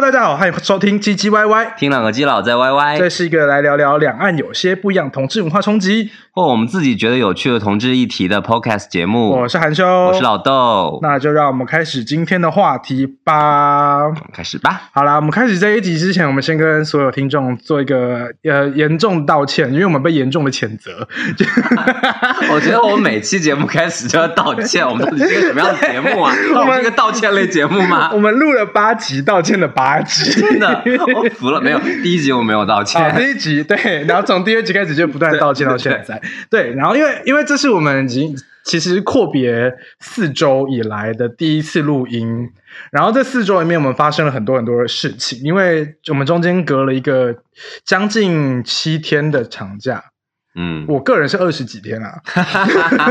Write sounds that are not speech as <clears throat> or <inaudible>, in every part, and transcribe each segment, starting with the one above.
大家好，欢迎收听唧唧歪歪，听两个基佬在 YY，这是一个来聊聊两岸有些不一样同志文化冲击。或哦我们自己觉得有趣的同志议题的 Podcast 节目。我是韩修，我是老豆，那就让我们开始今天的话题吧。开始吧。好啦，我们开始这一集之前，我们先跟所有听众做一个呃严重道歉，因为我们被严重的谴责。 <laughs> 就我觉得我们每期节目开始就要道 <laughs> 歉，我们到底是一个什么样的节目啊？我们是一个道歉类节目吗我？们录了八集，道歉了八集。真的，我服了。没有，第一集我没有道啊，歉。第一集对，然后从第二集开始就不断地道歉到现在，对，然后因为因为这是我们已经其实阔别四周以来的第一次录音，然后这四周里面我们发生了很多很多的事情，因为我们中间隔了一个将近七天的长假，嗯，我个人是二十几天啊，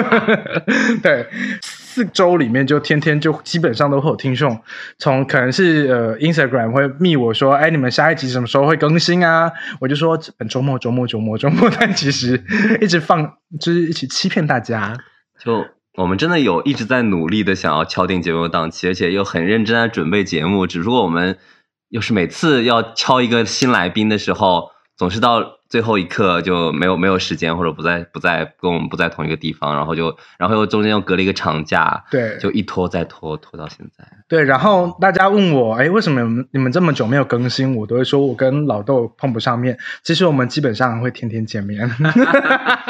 <laughs> 对，四周里面就天天就基本上都会有听众从可能是呃 Instagram 会密我说，哎，你们下一集什么时候会更新啊？我就说本周末周末周末周末， <laughs> 但其实一直放就是一起欺骗大家。就我们真的有一直在努力的想要敲定节目档期，而且又很认真在准备节目，只不过我们又是每次要敲一个新来宾的时候，总是到最后一刻就没有没有时间，或者不在不在跟我们不在同一个地方，然后就然后又中间又隔了一个长假，对就一拖再拖，拖到现在。对，然后大家问我，哎，为什么你们你们这么久没有更新？我都会说我跟老豆碰不上面。其实我们基本上会天天见面。 <laughs>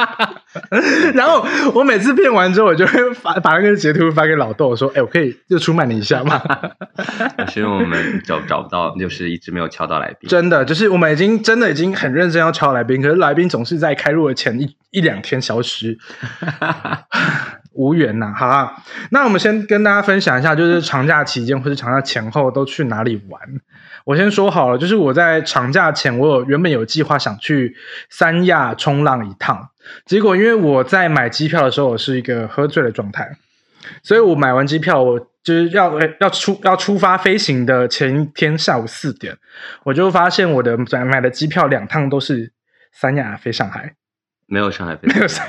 然后我每次骗完之后，我就会发把那个截图发给老豆，我说：“哎，我可以就出卖你一下吗？”但是因为我们找找不到，就是一直没有敲到来宾。真的，就是我们已经真的已经很认真要敲来宾，可是来宾总是在开录的前一一两天消 <laughs> 失，无缘呐、好啦，那我们先跟大家分享一下，就是长假期间或是长假前后都去哪里玩。我先说好了，就是我在长假前，我有原本有计划想去三亚冲浪一趟，结果因为我在买机票的时候，我是一个喝醉的状态，所以我买完机票，我就是要呃要出要出发飞行的前一天下午四点，我就发现我的买买的机票两趟都是三亚飞上海，没有上海 <laughs> 飞没有三，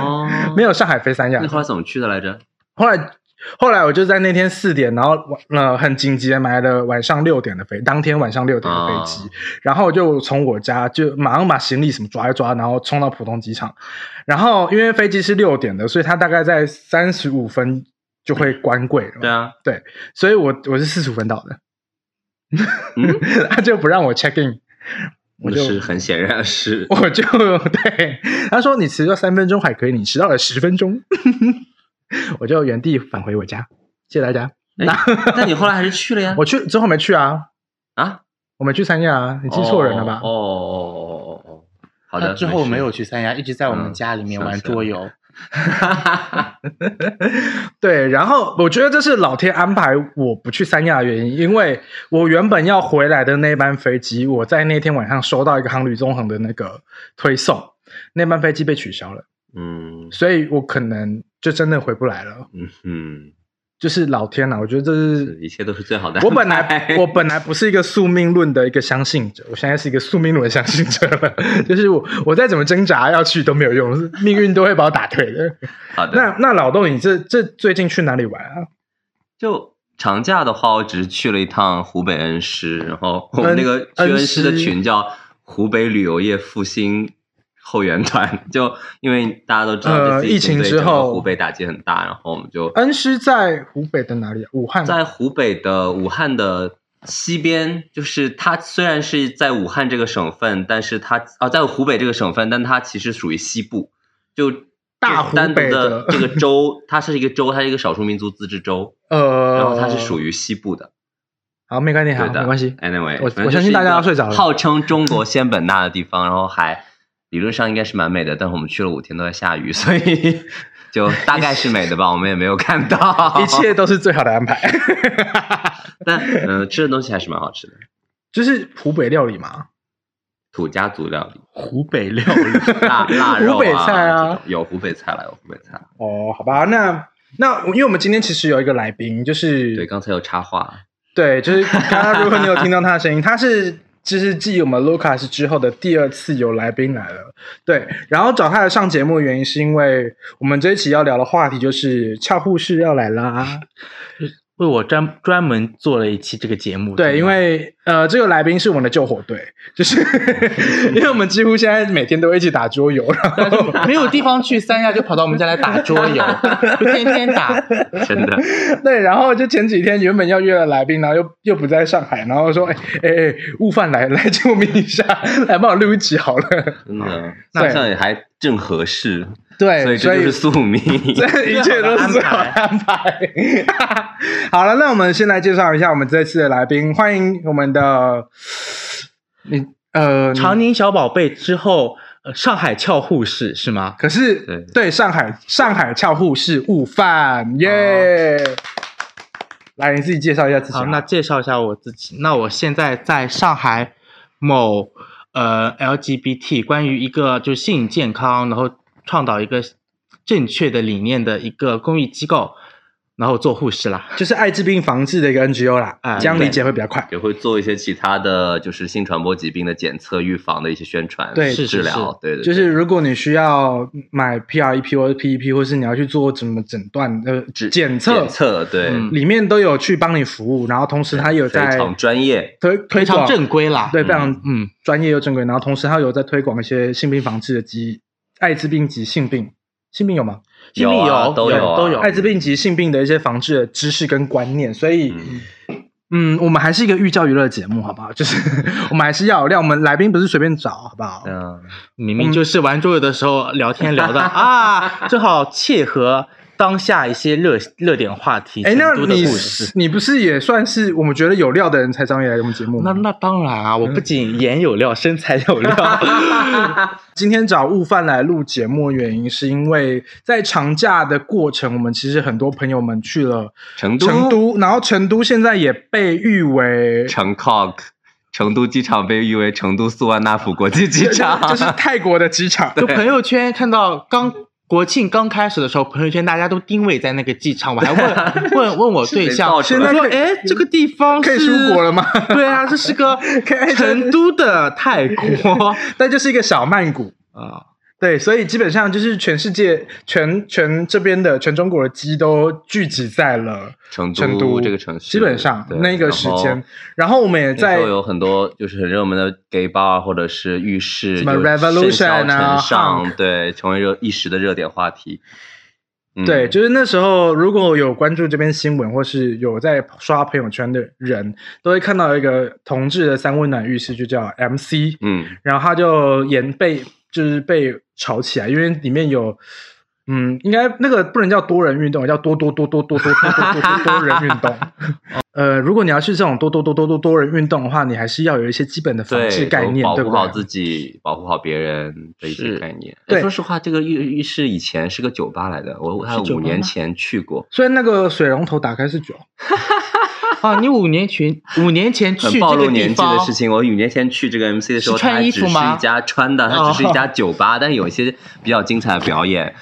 哦没有上海飞三亚那。后来怎么去的来着？后来后来我就在那天四点，然后呃很紧急的买了晚上六点的飞，当天晚上六点的飞机，啊然后我就从我家就马上把行李什么抓一抓，然后冲到浦东机场，然后因为飞机是六点的，所以它大概在三十五分就会关柜了，对啊，所以我我是四十五分到的，嗯， <laughs> 他就不让我 check in。我那就是很显然是 <laughs> 我就对他说：“你迟到三分钟还可以，你迟到了十分钟。” <laughs> 我就原地返回我家，谢谢大家。哎那你后来还是去了呀？我去之后没去啊，啊，我没去三亚啊，你记错人了吧？哦哦哦哦哦，好他的。之后没有事，去三亚，一直在我们嗯家里面是啊玩是啊桌游。对，然后我觉得这是老天安排我不去三亚的原因，因为我原本要回来的那班飞机，我在那天晚上收到一个航旅中横的那个推送，那班飞机被取消了，嗯所以我可能就真的回不来了。嗯嗯，就是老天啊，我觉得这是一切都是最好的安排。我本 <laughs> 来我本来不是一个宿命论的一个相信者，我现在是一个宿命论的相信者了。 <laughs> 就是我我再怎么挣扎要去都没有用，是命运都会把我打退的。好的，那那老豆，你这这最近去哪里玩啊？就长假的话，我只是去了一趟湖北恩施，然后我们那个去恩恩施的施群叫湖北旅游业复兴。后援团就因为大家都知道呃这次疫情之对整个后湖北打击很大，然后我们就恩施在湖北的哪里啊？武汉吗。在湖北的武汉的西边，就是它虽然是在武汉这个省份，但是它啊，在湖北这个省份，但它其实属于西部，就大就湖单独北的的这个州，它是一个州，它是一个少数民族自治州，呃，然后它是属于于西部的，好，没关系，好，对的，没关系。 Anyway，我反正我就是相信大家要睡着了一个号称中国仙本那的地方，然后还理论上应该是蛮美的，但是我们去了五天都在下雨，所以就大概是美的吧，我们也没有看到一。切都是最好的安排， <laughs> 但嗯、呃吃的东西还是蛮好吃的。就是湖北料理嘛，土家族料理，湖北料理， <laughs> 腊腊肉啊，湖北菜啊这种有湖北菜了，有湖北菜。哦，好吧，那那因为我们今天其实有一个来宾，就是对，刚才有插话，对，就是刚刚，如果你有听到他的声音，他是就是继我们 Lucas 之后的第二次有来宾来了。对，然后找他来上节目的原因是因为我们这一期要聊的话题就是俏护士要来啦。为我专专门做了一期这个节目。对，真的因为呃，这个来宾是我们的救火队，就是 <laughs> 因为我们几乎现在每天都一起打桌游，然后 <laughs> 没有地方去，三亚就跑到我们家来打桌 <laughs> 游，就天天打。真的，对，然后就前几天原本要约了来宾，然后又又不在上海，然后说，哎哎哎，悟饭来来救命一下，来帮我录一集好了。真的，对哎想想也还正合适，对，所以这就是宿命。 <laughs> 这一切都是最好的安排。 <laughs> 好了，那我们先来介绍一下我们这次的来宾，欢迎我们的你呃，长宁小宝贝之后，呃上海俏护士是吗？可是对对上海上海俏护士悟饭耶。来，你自己介绍一下自己好，啊。那介绍一下我自己。那我现在在上海某呃 LGBT 关于一个就是性健康，然后倡导一个正确的理念的一个公益机构，然后做护士啦。就是艾滋病防治的一个 NGO 啦，啊这样理对解会比较快。也会做一些其他的，就是性传播疾病的检测、预防的一些宣传、对是治是疗，对对，就对是如果你需要买 PREP 或者 PEP，或是你要去做怎么诊断呃治检测检，测，对，嗯里面都有去帮你服务，然后同时它有非在常专业，推推非常广正规啦。对非常嗯，专业又正规，然后同时它有在推广一些性病防治的及艾滋病及性病性病有吗？心里有有啊都有有啊都有艾滋病及性病的一些防治的知识跟观念，所以。嗯嗯，我们还是一个寓教于乐的节目，好不好？就是 <laughs> 我们还是要有料，我们来宾不是随便找，好不好？嗯，明明就是玩桌游的时候聊天聊 <laughs> 的啊，正好切合当下一些热热点话题。 <laughs> 哎，那成都的你故事，你不是也算是我们觉得有料的人才找你来我们节目那吗？那当然嗯啊，我不仅颜有料，身材有料。 <laughs> 今天找悟饭来录节目，原因是因为在长假的过程，我们其实很多朋友们去了成都成都，然后成都现在也被誉为成 Cock，成都机场被誉为成都素万那普国际机场，就是泰国的机 <laughs> 场。就朋友圈看到刚国庆刚开始的时候，朋友圈大家都定位在那个机场，我还 <laughs> 问问问我对象，我是谁造成的说现在可以哎，这个地方可以是出国 <laughs> 了吗 <laughs> 对啊，这是 <laughs> 个可以成都的泰国但就是一个小曼谷。啊，对，所以基本上就是全世界、全全这边的全中国的鸡都聚集在了成都成都这个城市，基本上对那个时间。然后我们也那在时候有很多就是很热门的 gay bar 或者是浴室，什么就 Revolution 啊盛嚣尘上 Hunk 对，成为热一时的热点话题。嗯对，就是那时候，如果有关注这边新闻，或是有在刷朋友圈的人，都会看到一个同志的三温暖浴室，就叫 MC，嗯，然后他就演被就是被炒起来，因为里面有。嗯，应该那个不能叫多人运动，叫多多多多多多多多多多人运 <laughs> 动。呃，如果你要去这种多多多多多多人运动的话，你还是要有一些基本的防治对，概念，保对护不好对？自己，保护好别人的一些是概念。对哎说实话，这个浴浴室以前是个酒吧来的，我还是酒五吧年吗前去过，虽然那个水龙头打开是酒，啊，你五年前五年前很去暴这个露地年纪的方事，情。我五年前去这个 MC 的时候，是穿它还衣只是服吗哦一家穿的，它只是一家酒吧，但有一些比较精彩的表演，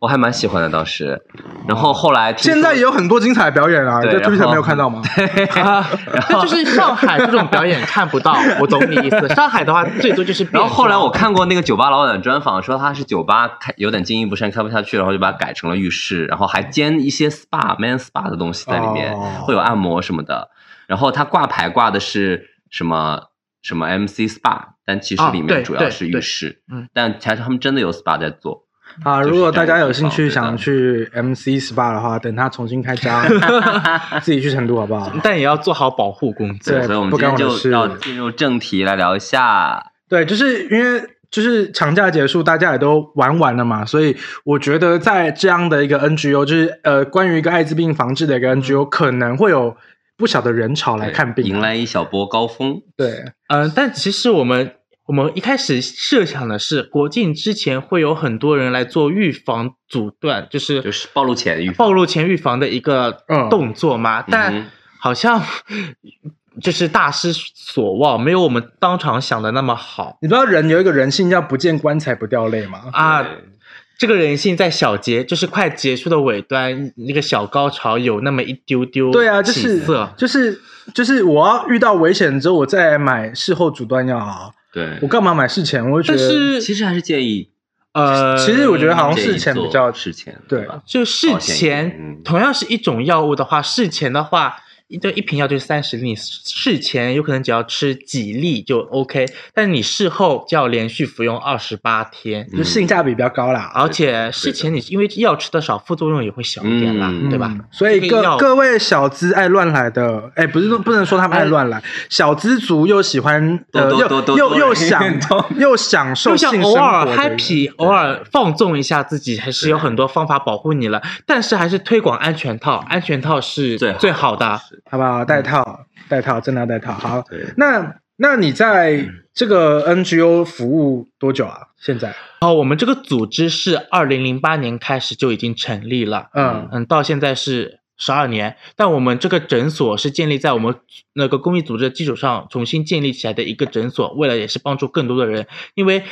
我还蛮喜欢的当时。然后后来听现在说也有很多精彩的表演啊，你对在然 Twitter 后没有看 <laughs> 到吗？ <laughs> 那啊就是上海这种表演看不 <laughs> 到，我懂你意思。上海的话，最多就是变然装。后后来我看过那个酒吧老板的专访，说他是酒吧开有点经营不善，开不下去，然后就把它改成了浴室，然后还兼一些 SPA、man SPA 的东西在里面，哦会有按摩什么的。然后他挂牌挂的是什么什么 MC SPA，但其实啊里面对主要对是浴对室，嗯，但其实他们真的有 SPA 在做。啊，就是如果大这家样一个有地兴方趣对想的去 MC SPA 的话，等他重新开张， <laughs> 自己去成都好不好？但也要做好保护工作对。所以我们不今干天我的事就要进入正题来聊一下。对，就是因为就是长假结束，大家也都玩完了嘛，所以我觉得在这样的一个 NGO，就是呃，关于一个艾滋病防治嗯的一个 NGO，可能会有不小的人潮来看病啊迎。来一小波高峰。对，嗯、但其实我们我们一开始设想的是，国庆之前会有很多人来做预防阻断，就是就是暴露前哦预防暴露前预防的一个嗯动作嘛。嗯哼但好像 <laughs> 就是大失所望，没有我们当场想的那么好你知道人有一个人性叫不见棺材不掉泪吗？啊。对这个人性在小节，就是快结束的尾端，那个小高潮有那么一丢丢对啊，就是起色就是就是我要遇到危险之后，我再买事后阻断药啊，对我，干嘛买事前？我就但觉得。是其实还是建议呃，其实我觉得好像建议事前做比较事前对吧？就事保险一点前嗯同样是一种药物的话，事前的话一就一瓶药就是三十粒，你事前有可能只要吃几粒就 OK，但是你事后就要连续服用二十八天，嗯就性价比比较高啦。而且事前你因为药吃的少，副作用也会小一点啦，嗯对吧？嗯？所以这个各药各位小资爱乱来的，哎，不是说不能说他们爱乱哎来，小资族又喜欢呃多多多又多又多又人享 <laughs> 多 <laughs> 又享受就像性生偶活尔的人 happy，偶尔放纵一下自己，还是有很多方法保护你了。但是还是推广安全套，安全套是最好最好的。啊好不好？嗯戴套，戴套，真的要戴套。好，对，那那你在这个 NGO 服务多久啊？现在？哦，我们这个组织是二零零八年开始就已经成立了，嗯嗯，到现在是十二年。但我们这个诊所是建立在我们那个公益组织的基础上重新建立起来的一个诊所，为了也是帮助更多的人，因为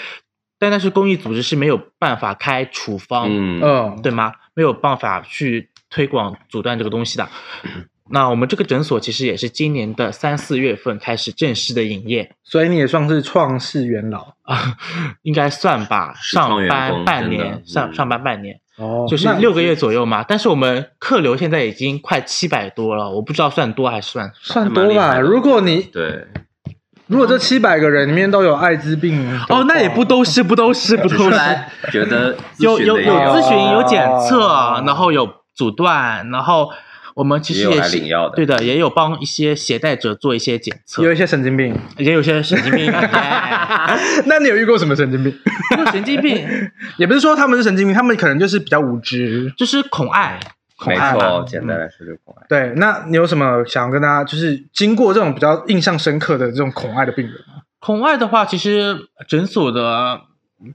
单单是公益组织是没有办法开处方，嗯嗯，对吗？没有办法去推广阻断这个东西的。嗯 <clears throat> 那我们这个诊所其实也是今年的三四月份开始正式的营业所以你也算是创世元老啊，应该算吧，实创上员班工半真的年，上嗯上班半年，哦就是那六个月左右嘛。但是我们客流现在已经快七百多了，我不知道算多还是算少。算还蛮多厉害吧。的如果嗯你对，如果这七百个人里面都有艾滋病的话，哦，那也不都是，不都是，不指出都是。 <laughs> 来觉得有有有有咨询，有检测哦，然后有阻断，然后我们其也实有也来是领药的对的，也有帮一些携带者做一些检测有，一些神经 <laughs> 病。也有些神经 <laughs> 病，哎那你有遇过什么神经病？因为神经病也不是说他们是神经病，他们可能就是比较无知。就是恐爱，没恐嗯爱错，嘛简单来说就是恐爱。对，那你有什么想要跟大家，就是经过这种比较印象深刻的这种恐爱的病人吗？恐爱的话，其实诊所的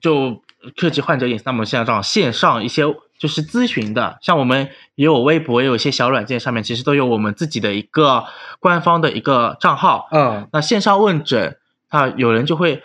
就客气患者也是那么线上线上一些就是咨询的，像我们也有微博，也有一些小软件上面，其实都有我们自己的一个官方的一个账号，嗯，那线上问诊啊，有人就会，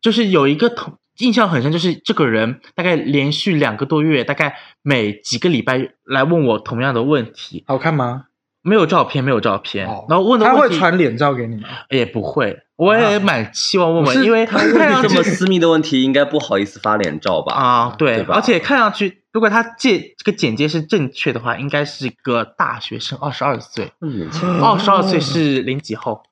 就是有一个统印象很深，就是这个人大概连续两个多月，大概每几个礼拜来问我同样的问题，好看吗？没有照片，没有照片，哦然后问的他问会题传脸照给你吗？也不会，我也蛮期望问不问，是因为他看上这么去私密的问题，应该不好意思发脸照吧？啊，对，对吧而且看上去，如果他介这个简介是正确的话，应该是一个大学生，二十二岁，那么年轻哦人，二十二岁是零几后。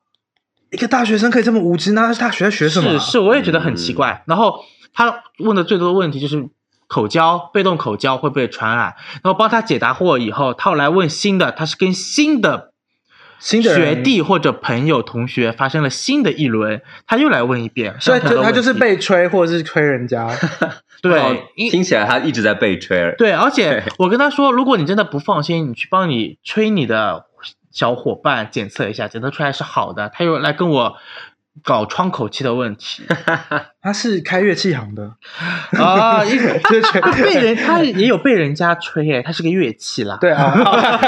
一个大学生可以这么无知，那他大学在学什么啊？是是，我也觉得很奇怪。然后他问的最多的问题就是口交，被动口交会不会传染？然后帮他解答或以后，他又来问新的，他是跟新的新的人学，弟或者朋友同学发生了新的一轮，他又来问一遍。所以相同就的他问就是题被吹或者是吹人家。哦对，因听起来他一直在被吹。对，而且对我跟他说，如果你真的不放心，你去帮你吹你的小伙伴检测一下，检测出来是好的，他又来跟我搞窗口期的问题。 <laughs> 他是开乐器行的，啊，一就是全他 <laughs> 被人他也有被人家吹哎，他是个乐器啦。， <laughs> 对啊， <laughs>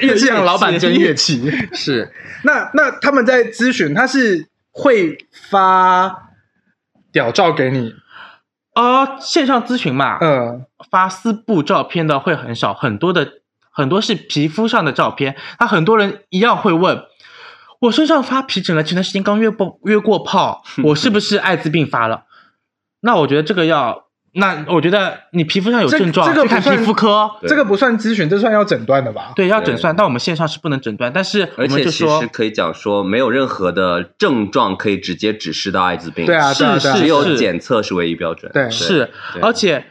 乐器行老板兼 <laughs> 乐器。是那那他们在咨询，他是会发屌照给你，哦，线上咨询嘛，嗯，发私布照片的会很少，很多的很多是皮肤上的照片，他很多人一样会问。我身上发皮疹了，前段时间刚约过约过炮，我是不是艾滋病发了？那我觉得这个要，那我觉得你皮肤上有这症状，这个去看不算皮肤科，对这个不算咨询，这算要诊断的吧？对，要诊对断。但我们线上是不能诊断，但是我而们且就其说实可以讲说，没有任何的症状可以直接指示到艾滋病。对啊，对啊，是对啊只是有检测是唯一标准。对是，对而且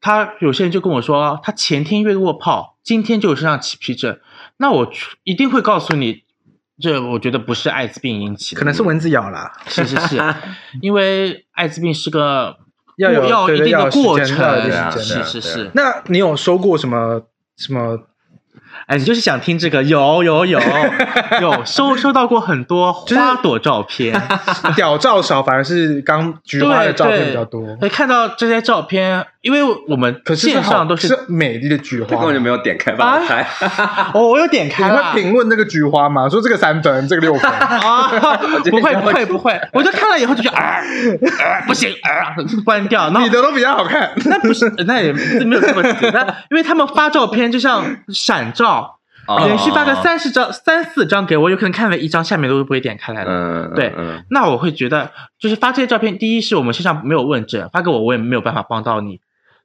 他有些人就跟我说，他前天约过炮，今天就有身上起皮疹，那我去一定会告诉你，这我觉得不是艾滋病引起的，可能是蚊子咬啦，是是 <laughs> 是，因为艾滋病是个要有过要对一对定要的有时过间程要有一定，时是间的是对啊对是啊，那你有收过什么什么？哎，你就是想听这个，有有 <laughs> 有有收收到过很多就是花朵照片。屌照少，反而是刚菊花的照片比较多。会看到这些照片，因为我们可是线好上都是美丽的菊他根花本。就没有点开啊吧开。哦，我有点你开了会，评论这个菊花吗？说这个三分，这个六 <laughs> 分， <laughs> 啊，觉得不会要不会不会，我就看了以后就觉得啊、啊不行啊、关掉。然后你的都比较好 <laughs> 看。那不是那也没有这么紧，那因为他们发照片就像闪照，哦 <laughs> 连续发个，三十张、三四张给我，有可能看了一张，下面都不会点开来的。 <laughs> 嗯，对嗯那我会觉得，就是发这些照片，第一是我们身上没有问诊，发给我我也没有办法帮到你。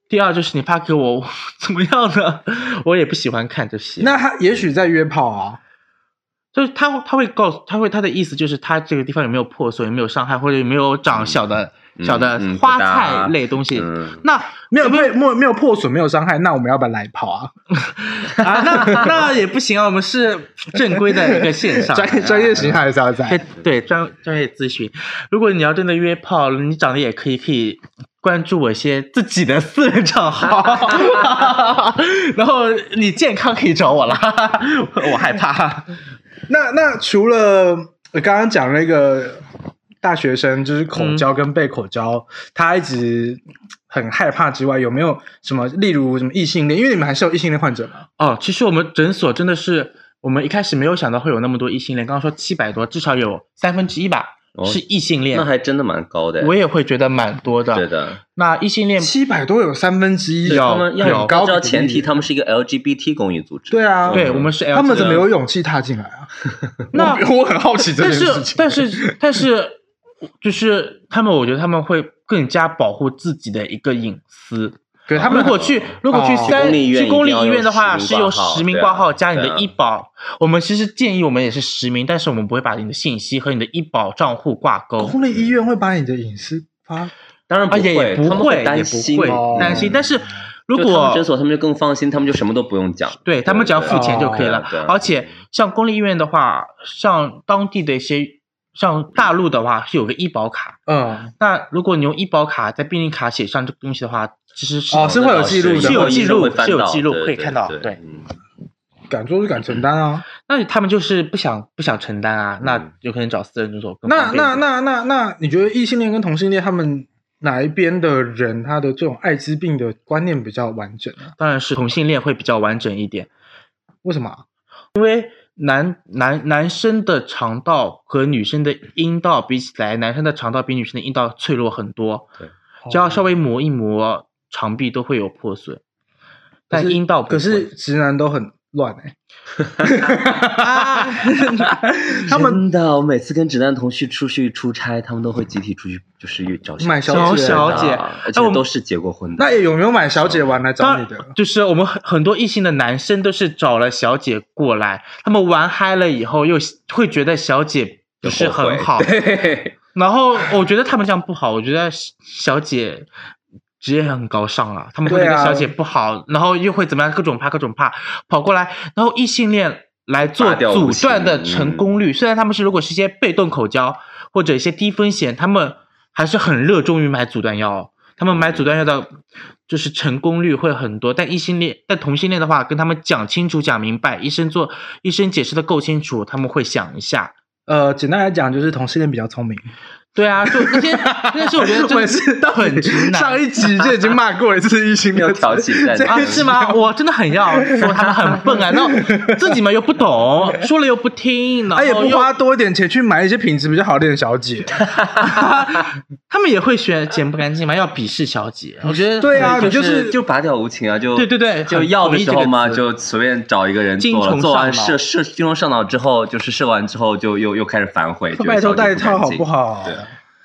第二就是你发给我 <laughs> 怎么样呢？我也不喜欢看这些。那他也许在约炮啊，就是他会他会告诉他会他的意思就是他这个地方有没有破损，有没有伤害，或者有没有长小的、嗯小的嗯花疙瘩啊菜类东西。嗯那没有没有没有没有破损，没有伤害，那我们要不要来跑啊？啊，那那也不行啊，我们是正规的一个线上专业专业型还是要在对。对专专业咨询。如果你要真的约炮，你长得也可以，可以关注我一些自己的私人账 <laughs> 号，然后你健康可以找我啦，我害怕。那那除了我刚刚讲那个大学生，就是嗯口交跟被口交，他一直很害怕之外，有没有什么，例如什么异性恋？因为你们还是有异性恋患者嘛，哦，其实我们诊所真的是，我们一开始没有想到会有那么多异性恋。刚刚说七百多，至少有三分之一吧、哦是异性恋那，还真的蛮高的。我也会觉得蛮多的。对的，那异性恋七百多有三分之一，啊对他们要很有高知道的比例前提，他们是一个 LGBT 公益组织。对啊，对我们是 L，他们怎么有勇气踏进来啊？ <laughs> 那我我很好奇这但件事是情。但是但是，就是他们，我觉得他们会更加保护自己的一个隐私。可是他们如果去如果去哦三去公立医院去公立一定要医院的话，用是实名有挂号实名对啊挂号加你对的啊医保。我们其实建议我们也是实名，但是我们不会把你的信息和你的医保账户挂钩。公立医院会把你的隐私发，当然不而且会，啊也不他们会也担心嗯不会哦担心。但是如就他们果诊所他们就更放心，他们就什么都不用讲。对他们只要付钱就可以了哦对对，而且像公立医院的话，像当地的一些，像大陆的话是有个医保卡。嗯，那如果你用医保卡在病历卡写上这个东西的话，其实是哦是会有记录的是是有记录会翻是有到记录对可以看到对，对嗯敢做就敢承担啊。那他们就是不想不想承担啊，那嗯有可能找私人诊所更那方便一点。那那那那，你觉得异性恋跟同性恋他们哪一边的人，他的这种艾滋病的观念比较完整啊？当然是同性恋会比较完整一点，为什么啊？男男男生的肠道和女生的阴道比起来，男生的肠道比女生的阴道脆弱很多，哦只要稍微磨一磨，肠壁都会有破损，可是但阴道不可是 <laughs> 会直男都很乱哎、啊，他们真的，我每次跟直男同事出去出差，他们都会集体出去，就是去找买小小姐小小姐而哎我且们都是结过婚的。那也有没有买小姐玩来找当你然的？ <laughs> 就是我们很很多异性的男生都是找了小姐过来，他们玩嗨了以后又会觉得小姐不是很 <laughs> 好，然后我觉得他们这样不好，我觉得小姐职业很高尚了，他们会觉对得啊小姐不好，然后又会怎么样，各种怕各种怕，跑过来，然后异性恋来做拔掉阻无情断的成功率，虽然他们是如果是一些被动口交或者一些低风险，他们还是很热衷于买阻断药哦，他们买阻断药的。就是成功率会很多，但异性恋、但同性恋的话，跟他们讲清楚、讲明白，医生做医生解释的够清楚，他们会想一下，呃，简单来讲就是同性恋比较聪明。对啊，就那些那些，我觉得真我的是到很直男上一集就已经骂过一次异性恋要挑起战争这啊，一集是吗？我真的很要说他们很笨啊，那自己们又不懂，说了又不听，然他后哎也不又花多一点钱去买一些品质比较好一点的小姐。他们也会选剪不干净嘛，要鄙视小姐，我觉得对啊很你就是就拔掉无情啊，就对对对就很要同的意时这个候嘛，词就随便找一个人精做了，虫做完上脑射射精虫上脑之后，就是射完之后就又又开始反悔，觉得拜托小戴姐套好干净不？好？对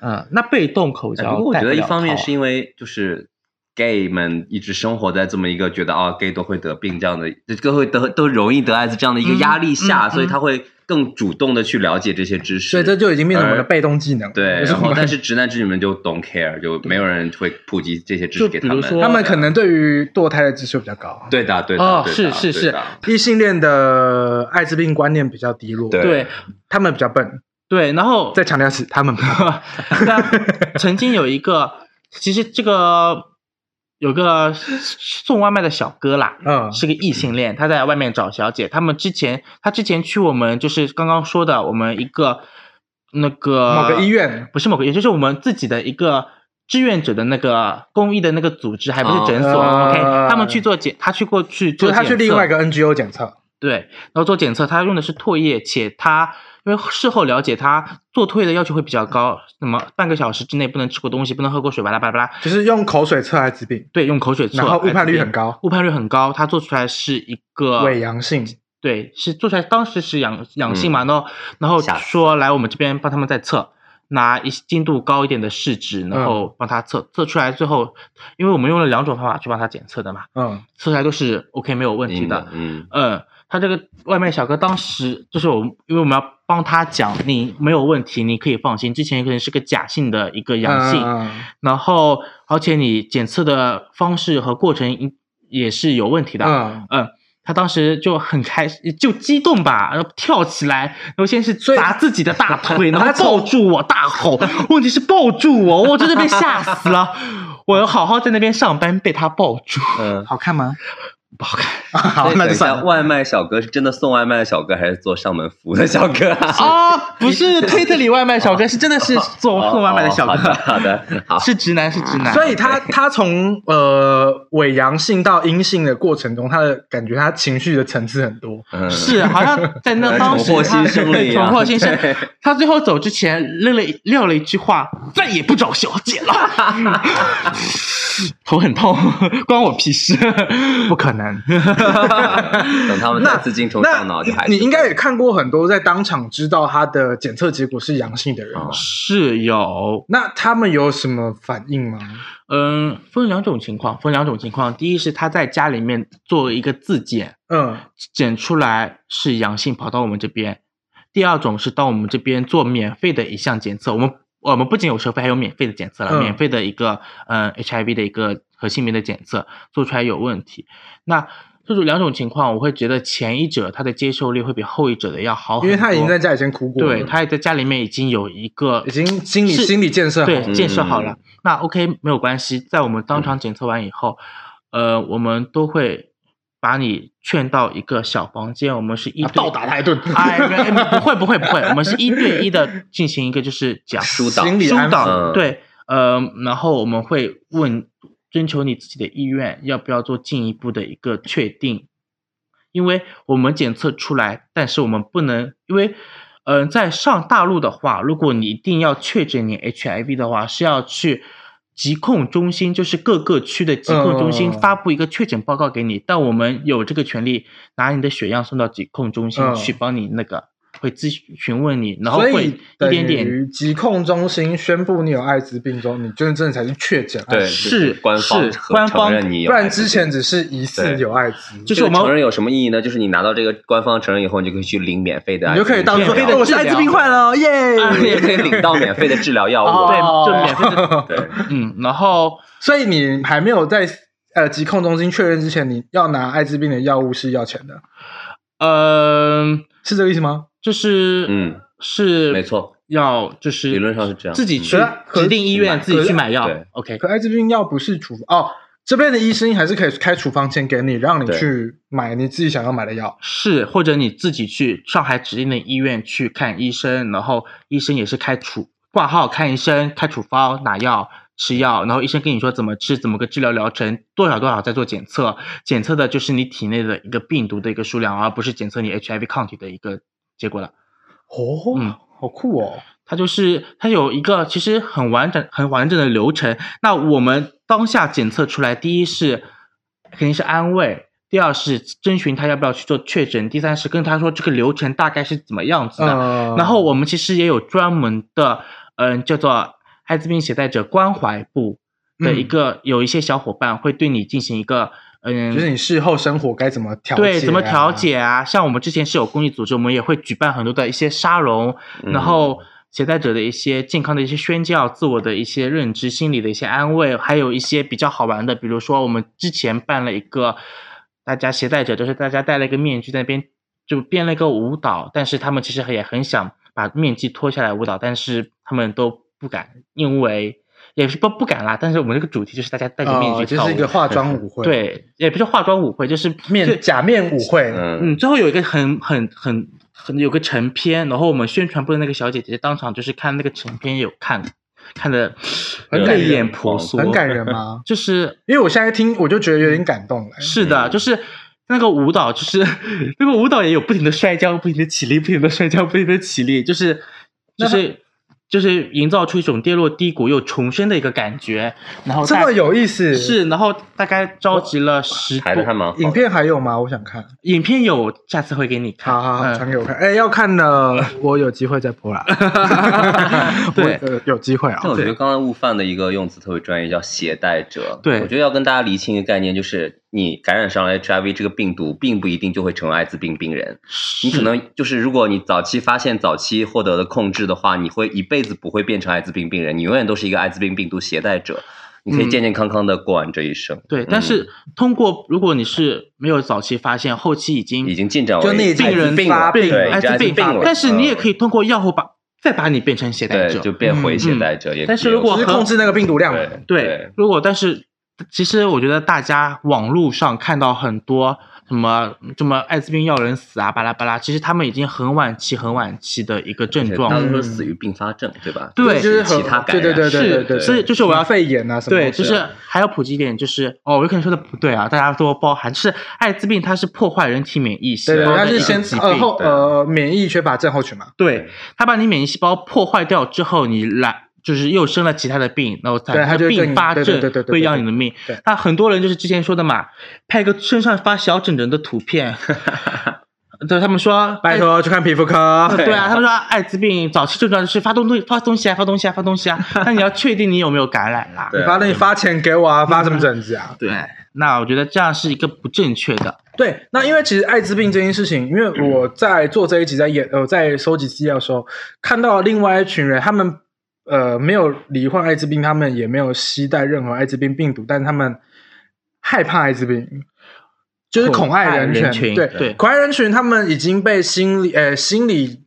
嗯，那被动口哎交，不过我觉得一方面戴不了套是因为就是。gay 们一直生活在这么一个觉得啊，gay 都会得病这样的，都会得都容易得艾滋这样的一个压力嗯下，嗯嗯所以他会更主动的去了解这些知识。所以这就已经变成我们的而被动技能。对，不是我然后们但是直男直女们就 don't care，就没有人会普及这些知识就给比他如们。说他们可能对于堕胎的知识比较高，对的，对的，哦对是的是对是的异性恋的艾滋病观念比较低落，对对他们比较笨。对，然后再强调一次， <laughs> 他们那曾经有一个，其实这个有个送外卖的小哥啦，嗯是个异性恋，他在外面找小姐。他们之前，他之前去我们就是刚刚说的，我们一个那个某个医，院不是某个医院，就是我们自己的一个志愿者的那个公益的那个组织，还不是诊所。哦 OK，他们去做检，他去过去就做是检测，他去另外一个 NGO 检测，对，然后做检测，他用的是唾液，且他因为事后了解，他做唾液的要求会比较高，那么半个小时之内不能吃过东西，不能喝过水，巴拉巴拉巴拉。就是用口水测艾滋病，对，用口水测，然后误判率哎很，高，呃误判率很高，他做出来是一个伪阳性。嗯对，是做出来当时是阳阳性嘛，然后然后吓死说来我们这边帮他们再测，拿一精度高一点的试纸，然嗯后帮它测测出来，最后因为我们用了两种方法去帮它检测的嘛，嗯测出来都是 OK 没有问题的。嗯，嗯，他这个外卖小哥当时就是我们，因为我们要帮他讲，你没有问题，你可以放心。之前可能是个假性的一个阳性，嗯嗯然后而且你检测的方式和过程也是有问题的。嗯，嗯他当时就很开心，就激动吧，然后跳起来，然后先是所以砸自己的大腿， <laughs> 然后他抱住我大吼。问题是抱住我，我真的被吓死了。 <laughs> 我要好好在那边上班，被他抱住，嗯，好看吗？不好看。 <laughs> 好，那等就一算下，了。外卖小哥是真的送外卖的小哥，还是做上门服务的小哥啊？啊，不是推特里外卖小哥，是真的是做 <laughs> 送外卖的小哦哥，好的， <laughs> 好的，好。是直男，是直男。所 <laughs> 以他他从呃伪阳性到阴性的过程中，他的感觉他情绪的层次很多。嗯，是好像在那当时呃重获他新生啊了一啊样重获新 <laughs> <laughs> 生对。他最后走之前撂了一撂了一句话：“再也不找小姐了。” <laughs> 头很痛，关我屁事。不可能，等他们再次精虫上脑，就还那是你应该也看过很多在当场知道他的检测结果是阳性的人吧，哦是有，那他们有什么反应吗？嗯，分两种情况，分两种情况。第一是他在家里面做一个自检，嗯检出来是阳性，跑到我们这边。第二种是到我们这边做免费的一项检测，我们我们不仅有收费，还有免费的检测了，嗯免费的一个嗯 HIV 的一个和性别的检测，做出来有问题。那这种两种情况，我会觉得前一者他的接受力会比后一者的要好哦很因多，为他已经在家里先哭过了，对，他也在家里面已经有一个嗯已经心理是心理建设好了嗯对建设好了嗯。那 OK 没有关系，在我们当场检测完以后，呃，我们都会把你劝到一个小房间，我们是一 <laughs> 啊对倒打他一顿，哎， <laughs> 没没不会不会不会，我们是一对一的进行一个就是 <laughs> 讲疏导心理疏安导，抚嗯对，呃，然后我们会问征求你自己的意愿，要不要做进一步的一个确定，因为我们检测出来，但是我们不能因为。嗯、在上大陆的话，如果你一定要确诊你 HIV 的话，是要去疾控中心，就是各个区的疾控中心嗯发布一个确诊报告给你。但我们有这个权利拿你的血样送到疾控中心嗯去帮你那个，会咨询问你，然后所会以一等点点于疾控中心宣布你有艾滋病之后，你真的真的才是确诊艾滋对，病，就是是官方是承官方承认你有不然艾滋之病前只是疑似对有艾滋，就这是我个们承认有什么意义呢？就是你拿到这个官方承认以后，你就可以去领免费的你艾就滋可以病到治疗，免费说，哎，的我是艾滋病患了哦，啊 <laughs> 你耶！就可以领到免费的治疗药物对，了。哦就免费的，对，嗯，然后所以你还没有在呃疾控中心确认之前，你要拿艾滋病的药物是要钱的，嗯、是这个意思吗？就是嗯，是没错，要就是理论上是这样嗯自己去对啊可指定医院买自己可去买药对，OK，可艾滋病药不是处哦，这边的医生还是可以开处方签给你，让你对去买你自己想要买的药。是或者你自己去上海指定的医院去看医生，然后医生也是开处挂号看医生，开处方拿药。吃药，然后医生跟你说怎么吃，怎么个治疗疗程，多少多少再做检测，检测的就是你体内的一个病毒的一个数量，而不是检测你 HIV 抗体的一个结果了。哦，嗯好酷哦！它就是它有一个其实很完整、很完整的流程。那我们当下检测出来，第一是肯定是安慰，第二是征询他要不要去做确诊，第三是跟他说这个流程大概是怎么样子的。嗯然后我们其实也有专门的，嗯、叫做艾滋病携带者关怀部的嗯一个，有一些小伙伴会对你进行一个，嗯，就是你事后生活该怎么调节、对，怎么调？解啊？像我们之前是有公益组织，我们也会举办很多的一些沙龙，嗯然后携带者的一些健康的一些宣教、自我的一些认知、心理的一些安慰，还有一些比较好玩的，比如说我们之前办了一个，大家携带者就是大家戴了一个面具在那边就编了一个舞蹈，但是他们其实也很想把面具脱下来舞蹈，但是他们都不敢，因为。也是不不敢啦，但是我们这个主题就是大家戴着面哦，具就跳舞，是一 <laughs> 个化妆舞会，，对，也不是化妆舞会，就是就面假面舞会，嗯，嗯，最后有一个很很很很有个成片，然后我们宣传部的那个小姐姐当场就是看那个成片有看，看的很感泪人眼婆娑，很感人吗？就是因为我现在听我就觉得有点感动了、是的，嗯就是那个舞蹈，就是 <laughs> 那个舞蹈也有不停的摔跤，不停的起立，不停的摔跤，不停的起立，就是就那他是就是营造出一种跌落低谷又重生的一个感觉。然后哦这大么有意思，是，然后大概召集了十还是还多，蛮好的影片还有吗？我想看。影片有，下次会给你看。好好好，嗯传给我看。哎，要看的，我有机会再 <laughs> 播啦。 <laughs> 对我呃有机会啊但。我觉得对刚刚悟饭的一个用词特别专业，叫携带者。对我觉得要跟大家厘清一个概念，就是你感染上了 HIV 这个病毒，并不一定就会成为艾滋病病人。你可能就是，如果你早期发现、早期获得了控制的话，你会一辈子不会变成艾滋病病人，你永远都是一个艾滋病病毒携带者。你可以嗯健健康康的过完这一生。对，但嗯是通过如果你是没有早期发现，后期已经已经进展就为你已经艾滋人病发了，病了对，嗯已艾经滋病病发了。但是你也可以以通过药后把再把你变成携带对，者。就变回携嗯带者也可以了。但是如果就是控制那个病毒量嘛，对对，如果但是其实我觉得大家网络上看到很多什么什么艾滋病要人死啊巴拉巴拉，其实他们已经很晚期很晚期的一个症对状大了。多嗯数死于并发症，对吧？对就是很其他感对染对对对对对，是所以就是我要肺炎啊什么对，东西的，就是还要普及一点，就是哦，我有可能说的不对啊，大家多包涵。就是艾滋病它是破坏人体免疫细对对，胞它的哦一个是先疾呃病，后对啊呃免疫缺乏症候群嘛，对，它把你免疫细胞破坏掉之后，你来就是又生了其他的病，然后对它才就会并更发对对对对症对会对要对你的命对。那很多人就是之前说的嘛，拍个身上发小疹疹的图 <laughs> 片，对他们说，拜托去看皮肤科。对啊，他们说艾滋病早期症状就是发东西发东西啊，发东西啊，发东西 <laughs> 啊。那你要确定你有没有感染啦。你对发了，你发钱给我啊！发什么疹子啊？对，哎那我觉得这样是一个不正确的。 <laughs> 对，那因为其实艾滋病这件事情，因为我在做这一集在演呃在收集资料的时候，看到另外一群人，他们呃没有罹患艾滋病，他们也没有携带任何艾滋病病毒，但他们害怕艾滋病，就是恐爱人恐群。爱人群对对恐爱人群他们已经被心理呃心理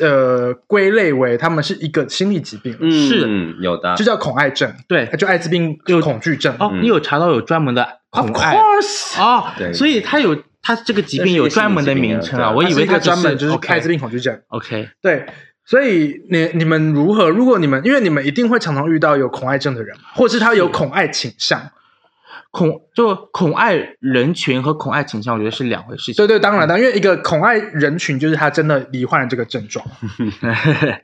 呃归类为他们是一个心理疾病了，嗯，是嗯有的就，叫恐爱症，对，就艾滋病就恐惧症。哦，嗯你有查到有专门的恐 Of 艾 course，哦，对所以它有它这个疾病有专门的名称啊，对我以为它它专门就是艾开滋病恐惧症。 OK，对，所以你你们如何？如果你们因为你们一定会常常遇到有恐爱症的人，或是他有恐爱倾向。恐就恐爱人群和恐爱倾向，我觉得是两回事情。对对，当然的，因为一个恐爱人群就是他真的罹患了这个症 <laughs> 状，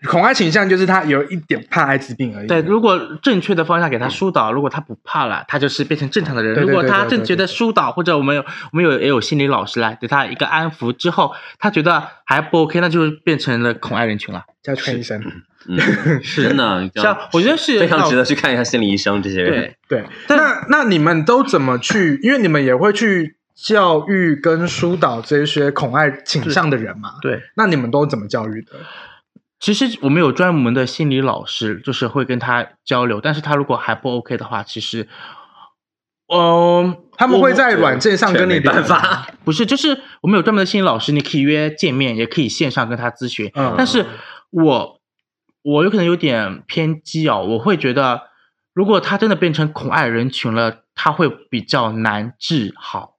恐爱倾向就是他有一点怕艾滋病而已。对，如果正确的方向给他疏导，如果他不怕了，他就是变成正常的人。对对如对果他对对正确的疏导，或者我们有我们有也有心理老师来给他一个安抚之后，他觉得还不 OK，那就是变成了恐爱人群了。叫看医生。嗯，真的，这样像我觉得是非常值得去看一下心理医生这些人对。对，但那那你们都怎么去？因为你们也会去教育跟疏导这些恐爱倾向的人嘛。对。那你们都怎么教育的？其实我们有专门的心理老师，就是会跟他交流，但是他如果还不 OK 的话，其实，嗯、他们我会在软件上这跟你没聊办法，不是，就是我们有专门的心理老师，你可以约见面，也可以线上跟他咨询。嗯但是我我有可能有点偏激哦，我会觉得，如果他真的变成恐爱人群了，他会比较难治好，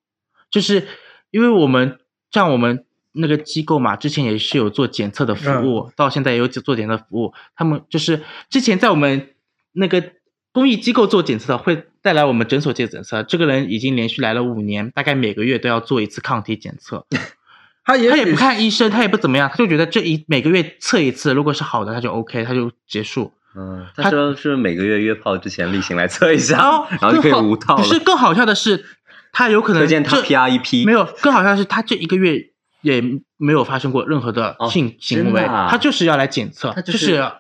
就是因为我们像我们那个机构嘛，之前也是有做检测的服务，到现在也有做检测服务，他们就是之前在我们那个公益机构做检测的，会带来我们诊所做检测。这个人已经连续来了五年，大概每个月都要做一次抗体检测。他也他也许不看医生，他也不怎么样，他就觉得这一每个月测一次，如果是好的，他就 OK，他就结束。嗯，他说是每个月约炮之前例行来测一下，然后然后就可以更好无套可哦是了。更好笑的是，他有可能推荐他这 PR 一批，没有，更好笑的是他这一个月也没有发生过任何的哦性行为，真的啊他就是要来检测，他就就是是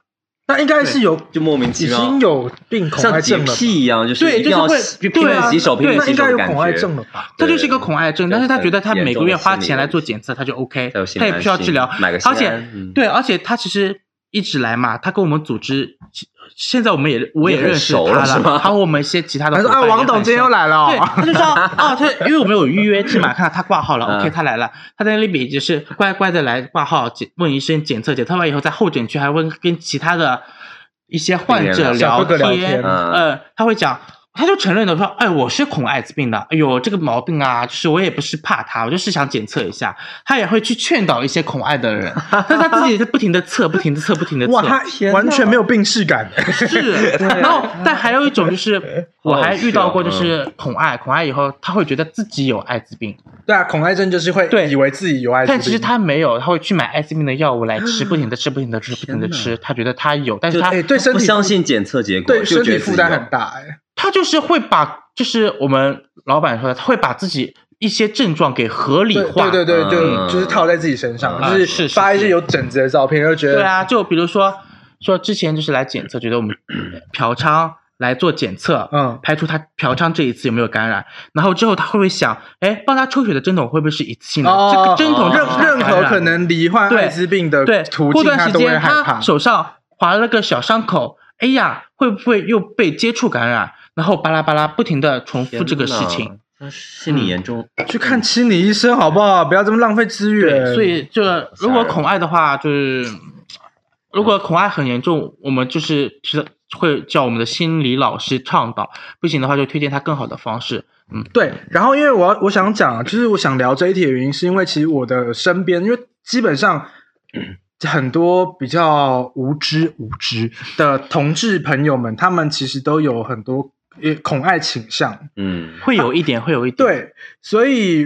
那应该是有就莫名其已妙经，有病恐爱像洁症了吧。癖一样，就是对一定要就是会洗拼对命啊洗手、拼命那洗应手该的有感恐爱症觉。了吧？他就是一个恐爱症，对但是他觉得他每个月花钱来做很检测，他就 OK，他有心理他也不需要治疗安心买个，心而且安嗯对，而且他其实一直来嘛，他跟我们组织，现在我们也我也你很认识熟他了是吗还有我们一些其他的伙他说伴啊，也很熟。王董今天又来了对，哦，他就说啊，他因为我们有预约制嘛，看到他挂号 <laughs> 了嗯，OK，他来了，他在那里就是乖乖的来挂号，检问医生检测，检测完以后在候诊区还会跟其他的一些患者病人聊小哥哥聊天，天嗯呃，他会讲他就承认的说，哎，我是恐艾滋病的，哎呦，这个毛病啊，就是我也不是怕他，我就是想检测一下。他也会去劝导一些恐艾的 <laughs> 人，但是他自己在不停的测，不停的测，不停的测。哇，他天完哪全没有病逝感。 <laughs> 是，然后但还有一种就是，我还遇到嗯过就好好是恐艾，恐艾以后他会觉得自己有艾滋病，对啊，恐艾症就是会对以为自己有艾滋病，但其实他没有，他会去买艾滋病的药物来吃，不停的吃，不停的吃，不停的吃，他觉得他有，但是就他哎对身不体相信检测结果，对身就觉体得自己负担有很大哎、他就是会把，就是我们老板说的，他会把自己一些症状给合理对化，对对对，就嗯就是套在自己身上，嗯就是是发一是些有疹子的照片，就觉对得啊，就比如说说之前就是来检测，觉得我们 <coughs> 嫖娼来做检测，嗯排除他嫖娼这一次有没有感染，然后之后他会不会想，哎，帮他抽血的针筒会不会是一次性的？嗯哦这个针筒哦任哦任何可能罹患对艾滋病的对，途过径，段他时都会间害怕他。手上划了个小伤口，哎呀，会不会又被接触感染？然后巴拉巴拉不停的重复这个事情，，嗯他心理严重，去看心理医生好不好？不要这么浪费资源。对，所以这如吓果人恐艾的话，就是如果恐艾很严重，我们就是是会叫我们的心理老师倡导，不行的话就推荐他更好的方式。对，然后因为我要我想讲，啊就是我想聊这一题的原因，是因为其实我的身边，因为基本上 <clears throat> 很多比较无知无知的同志朋友们，他们其实都有很多也恐爱倾向。嗯，会有一点，会有一点。，对，所以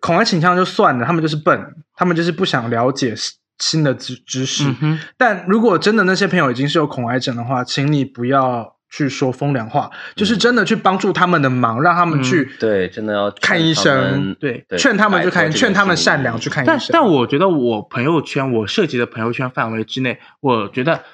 恐爱倾向就算了，他们就是笨，他们就是不想了解新新的知知识。嗯哼，但如果真的那些朋友已经是有恐癌症的话，请你不要去说风凉话，就是真的去帮助他们的忙，让他们去、对，真的要看医生对对劝他们去看，摆脱这个劝他们心理善良去看医但生。但我觉得我朋友圈，我涉及的朋友圈范围之内，我觉得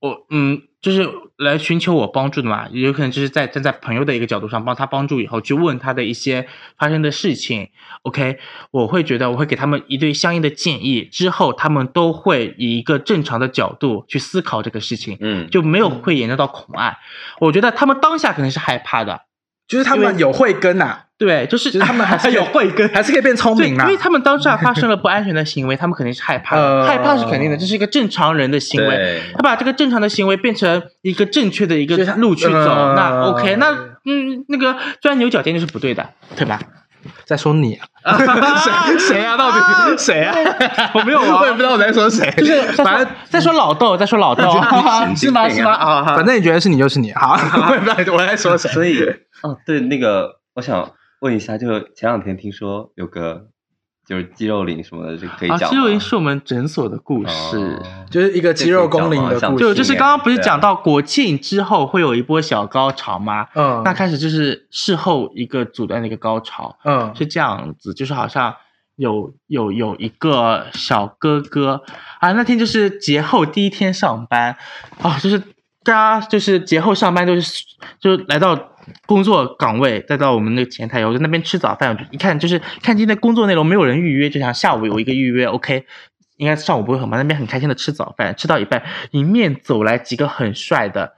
我嗯，就是来寻求我帮助的嘛，也有可能就是在站在朋友的一个角度上帮他帮助以后，去问他的一些发生的事情。OK，我会觉得我会给他们一对相应的建议，之后他们都会以一个正常的角度去思考这个事情。嗯，就没有会研究到恐爱，我觉得他们当下可能是害怕的，就是他们有慧根呐、对，就是就是他们还是可 <laughs> 以有慧根，还是可以变聪对，明啊啦、因为他们当下发生了不安全的行为， <laughs> 他们肯定是害怕的，呃害怕是肯定的，这是一个正常人的行为。对他把这个正常的行为变成一个正确的一个就是他路去走，呃那 OK，那嗯，那个钻牛角尖就是不对的，对吧？在说你、啊，谁谁啊？到底、谁啊？我没有啊我也不知道我在说谁，就是在哎反说正。在说老豆，在说老 <laughs> 豆，是吗？是吗？啊，反正你觉得是你就是你，好，我也不知道我在说谁。所以，哦，对，那个我想问一下，就前两天听说有个就是肌肉林什么的，这个可以啊，讲吗。这位是我们诊所的故事。哦 <laughs> 就是一个肌肉工龄的这可以讲故吗事，就像就是刚刚不啊是讲到国庆之后会有一波小高潮吗？嗯那开始就是事后一个阻断的一个高潮，嗯是这样子，就是好像有有有一个小哥哥啊，那天就是节后第一天上班啊，就是大家就是节后上班都是就来到工作岗位，再到我们那个前台，我在那边吃早饭，我就一看就是看今天的工作内容没有人预约，就想下午有一个预约，OK。应该上午不会很忙，那边很开心的吃早饭，吃到一半，迎面走来几个很帅的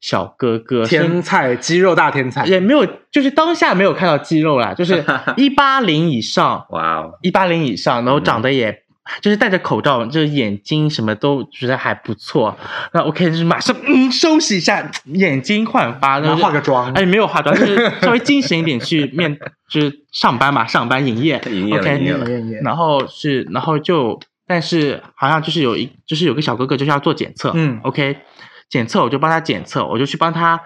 小哥哥，身天才肌肉大天才，也没有，就是当下没有看到肌肉啦，就是 <laughs> 一八零以上，哇哦，一八零以上，然后长嗯得也、就是戴着口罩，就是眼睛什么都觉得还不错。那 OK，就是马上嗯收拾一下眼睛焕发，然然后后化个妆，哎没有化妆，就是稍微精神一点去面，就是上班嘛，上班营 <laughs> 业营业了 OK，营业了耶耶然后是，然后就，但是好像就是有一，就是有个小哥哥就是要做检测，嗯，OK，检测我就帮他检测，我就去帮他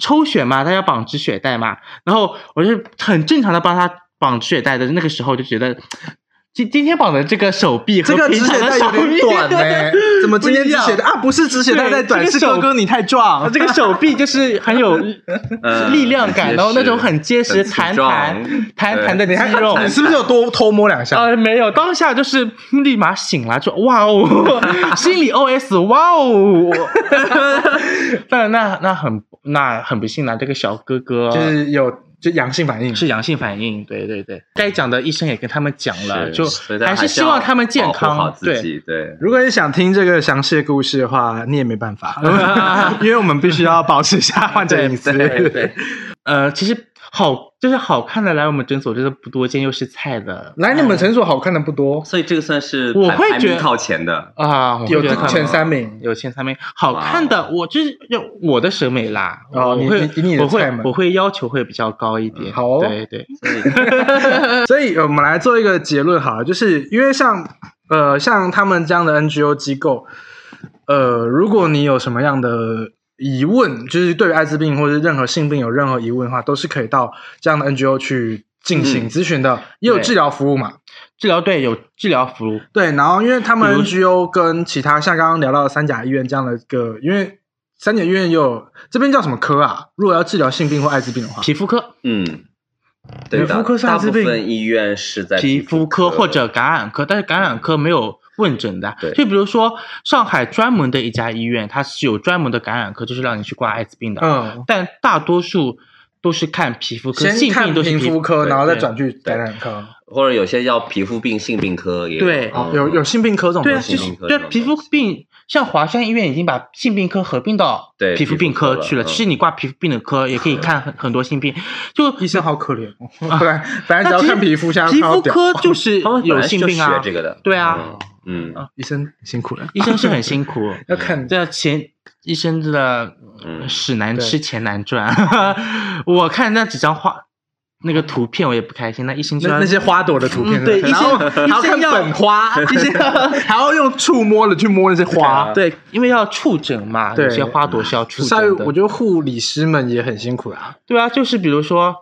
抽血嘛，他要绑止血带嘛，然后我就很正常的帮他绑止血带的，那个时候就觉得。今今天绑的这个手臂和这个平止常血的带手有臂点短呢、怎么今天止血带啊？不是止血带太短，对是这个哥手哥你太 <laughs> 壮。这个手臂就是很有 <laughs> 嗯力量感，很结实然后那种很结实、很粗弹壮弹弹弹的你还肌肉，你是不是有多偷摸两下？呃，没有，当下就是立马醒来，就哇 <laughs> 哦，心里 OS 哇哦， <laughs> 但那那很那很不幸啦，这个小哥哥就是有就阳性反应，是阳性反应，对对对，该讲的医生也跟他们讲了，是就所以大家是还希望要他们健保护好康，自对。己， <laughs> 对，如果你想听这个详细的故事的话，你也没 <laughs> 办法，因为我们必须要保持一下患者隐私。对对，呃，其实好，就是好看的来我们诊所真的不多见，又是菜的来你们诊所好看的不多，所以这个算是我排会排觉名得靠前的。啊，我有会觉得看前不三名。有前三名好看哇的，我就是就我的审美啦，哦我你会你你你的我会菜吗我会要求会比较高一点，好哦对对， <laughs> 所以呃我们来做一个结论好了，就是因为像呃像他们这样的 NGO 机构，呃，如果你有什么样的疑问，就是对于艾滋病或者任何性病有任何疑问的话，都是可以到这样的 NGO 去进行嗯咨询的，也有对治疗服务嘛。治疗队有治疗服务，对，然后因为他比们如 NGO 跟其他像刚刚聊到的三甲医院这样的一个，因为三甲医院也有这边叫什么科啊？如果要治疗性病或艾滋病的话，皮肤科、嗯，对皮肤的科，是艾大滋部病分医院是哎在皮肤肤科或者感染科，但是感染科没有问诊的嗯对，就比如说上海专门的一家医院，它是有专门的感染科，就是让你去挂艾滋病的，嗯，但大多数都是看皮肤科，先性看病都是皮肤科，对然后再对转去感染科。或者有些叫皮肤病、性病科也有对哦嗯有有性病科这种对啊，就东西性是对吗，病科这啊种皮肤东西病，像华山医院已经把性病科合并到对皮肤病科去了。皮肤科了嗯其实你挂皮肤病的科也可以看很很多性病，就医生好可怜哦， <laughs> 本来反正那只要其实看皮肤，现在皮看到肤屌科就是 <laughs> 他们本有来性就病啊学，这个的，对啊，嗯，嗯医生辛苦了，医生是很辛苦，要看这钱医生的嗯屎难对吃钱难赚。 <laughs> 我看那几张画，那个图片我也不开心。那医生就那要那些花朵的图片，嗯对然后医生还要医看生要本花， <laughs> 还要啊用触摸的去摸那些花，对，因为要触诊嘛，对有些花朵是要触所以诊的。我觉得护理师们也很辛苦啊。对啊，就是比如说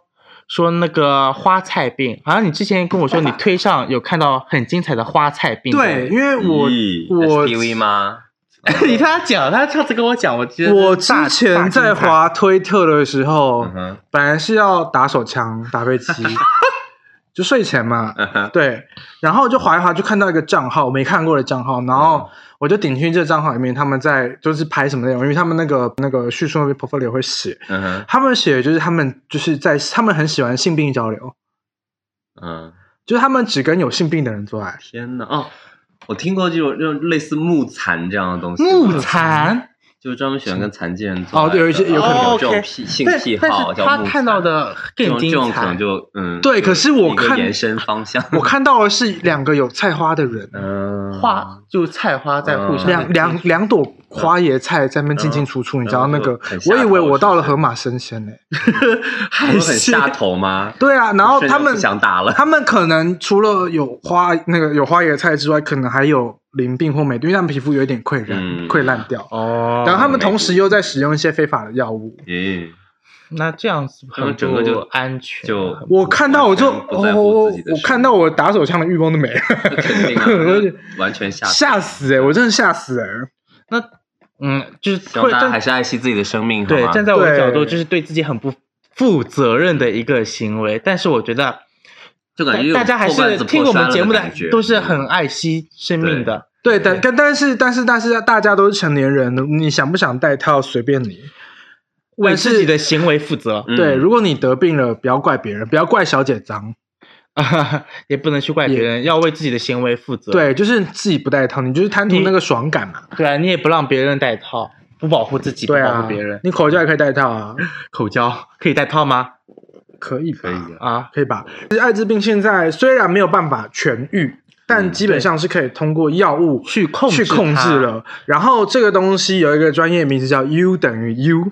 说那个花菜病，好像你之前跟我说你推上有看到很精彩的花菜病。对，，因为我咦我 SPV 吗？你看他讲，他上次跟我讲，我觉得我之大前大在，滑推特的时候嗯，哼，本来是要打手枪、打 <laughs> 飞机，就睡前嘛。嗯哼，对，然后就滑一滑，就看到一个账号，没看过的账号，然后我就点进去这账号里面，他们在就是拍什么内容，因为他们那个那个叙述那边 portfolio 会写，嗯哼，他们写就是他们就是在他们很喜欢性病交流，嗯，就是他们只跟有性病的人做爱。天哪，哦，我听过这种这种类似木残这样的东西，木残。就是专门喜欢跟残疾人做哦爱的，有一些有可能有哦这种，OK 癖性但癖但好，是叫他木看残到的这更种这精种可彩能。就嗯，对就可是我一个看延伸方向，我看到的是两个有菜花的人，嗯，花就菜花在互相两两两朵花椰菜在那边进进出出，你知道那个然后就很？下我以为我到了头河是不是马生鲜呢、不还是很下头吗？对啊，然后瞬间他们不想打了，他们可能除了有花那个有花椰菜之外，可能还有淋病或美毒，因为他们皮肤有一点溃烂、嗯溃烂掉。哦然后他们同时又在使用一些非法的药物。咦，那这样子他们整个很就不安全， <laughs> 就我看到我就完全不在乎哦自己，的我事看到我打手枪的欲望都没了，肯定 <laughs> 啊我就完全下头。吓死哎、我真的吓死哎、那嗯，就是希望会大家站还是爱惜自己的生命，对好吗站在我的角度，对就是对自己很不负责任的一个行为。但是我觉得就感大觉有大家还破罐是子听我破摔们了节目感觉嗯都是很爱惜生命的。对，但但但是但是但是大家都是成年人，你想不想戴套随便你。为但是自己的行为负责，嗯对，如果你得病了，不要怪别人，不要怪小姐脏。 <laughs> 也不能去怪别人，要为自己的行为负责。对，就是自己不戴套，你就是贪图你那个爽感嘛。对啊，你也不让别人戴套，不保护自己，不对保啊护别人，。嗯你口罩也可以戴套啊，口交可以戴套吗？可以吧？可以的啊，可以吧？其实艾滋病现在虽然没有办法痊愈，但嗯基本上是可以通过药物去控去制控制它了。然后这个东西有一个专业名字叫 U 等于 U，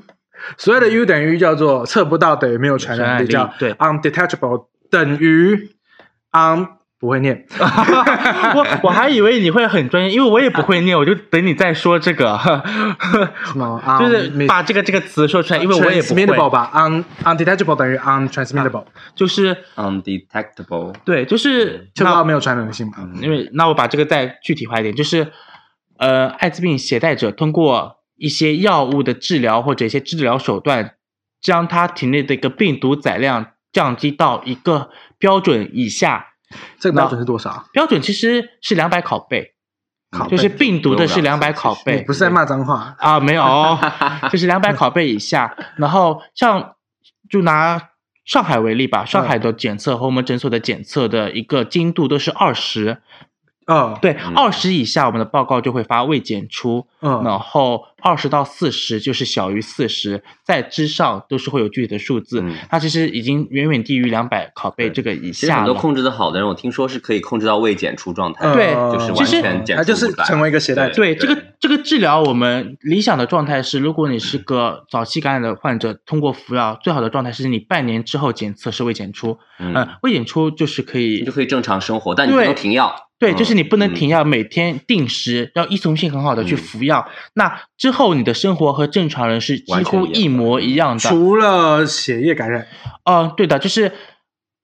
所谓的 U 等于 U 叫做测不到等于没有传染嗯力，传叫染力对 undetectable 等于 un 不会念， <laughs> 我我还以为你会很专业，因为我也不会念，我就等你再说这个，什么 un 就是把这个这个词说出来，因为我也不啊 transmittable 会，吧，un undetectable 等于 untransmittable，就是，undetectable，对，就是测不到那嗯没有传染性嘛。因为那我把这个再具体化一点，就是呃，艾滋病携带者通过一些药物的治疗或者一些治疗手段，将他体内的一个病毒载量降低到一个标准以下，这个标准是多少？标准其实是两百拷贝，拷贝嗯就是病毒的是不用两了百拷贝，不是在骂脏话，啊，没有 <laughs> 哦，就是两百拷贝以下。然后像就拿上嗯海为例吧，上海的检测和我们诊所的检测的一个精度都是二十哦，对，嗯二十以下我们的报告就会发未检出，嗯然后二十到四十就是小于四十，在之上都是会有具体的数字。嗯它其实已经远远低于两百拷贝对这个以其实下很多了。控制的好的人，我听说是可以控制到未检出状态。对嗯就是完全检它就是出不来成为一个携带者。对这个对这个治疗，我们理想的状态是，如果你是个早期感染的患者，通过服药，最好的状态是你半年之后检测是未检出。嗯嗯、，未检出就是可你以就，可以正常生活，但你不对能停药。对，嗯就是你不能停药，每天定时，要依从性很好的去嗯服药。那之后你的生活和正常人是几完全乎一样嗯一模一样的。除了血液感染，嗯，对的，就是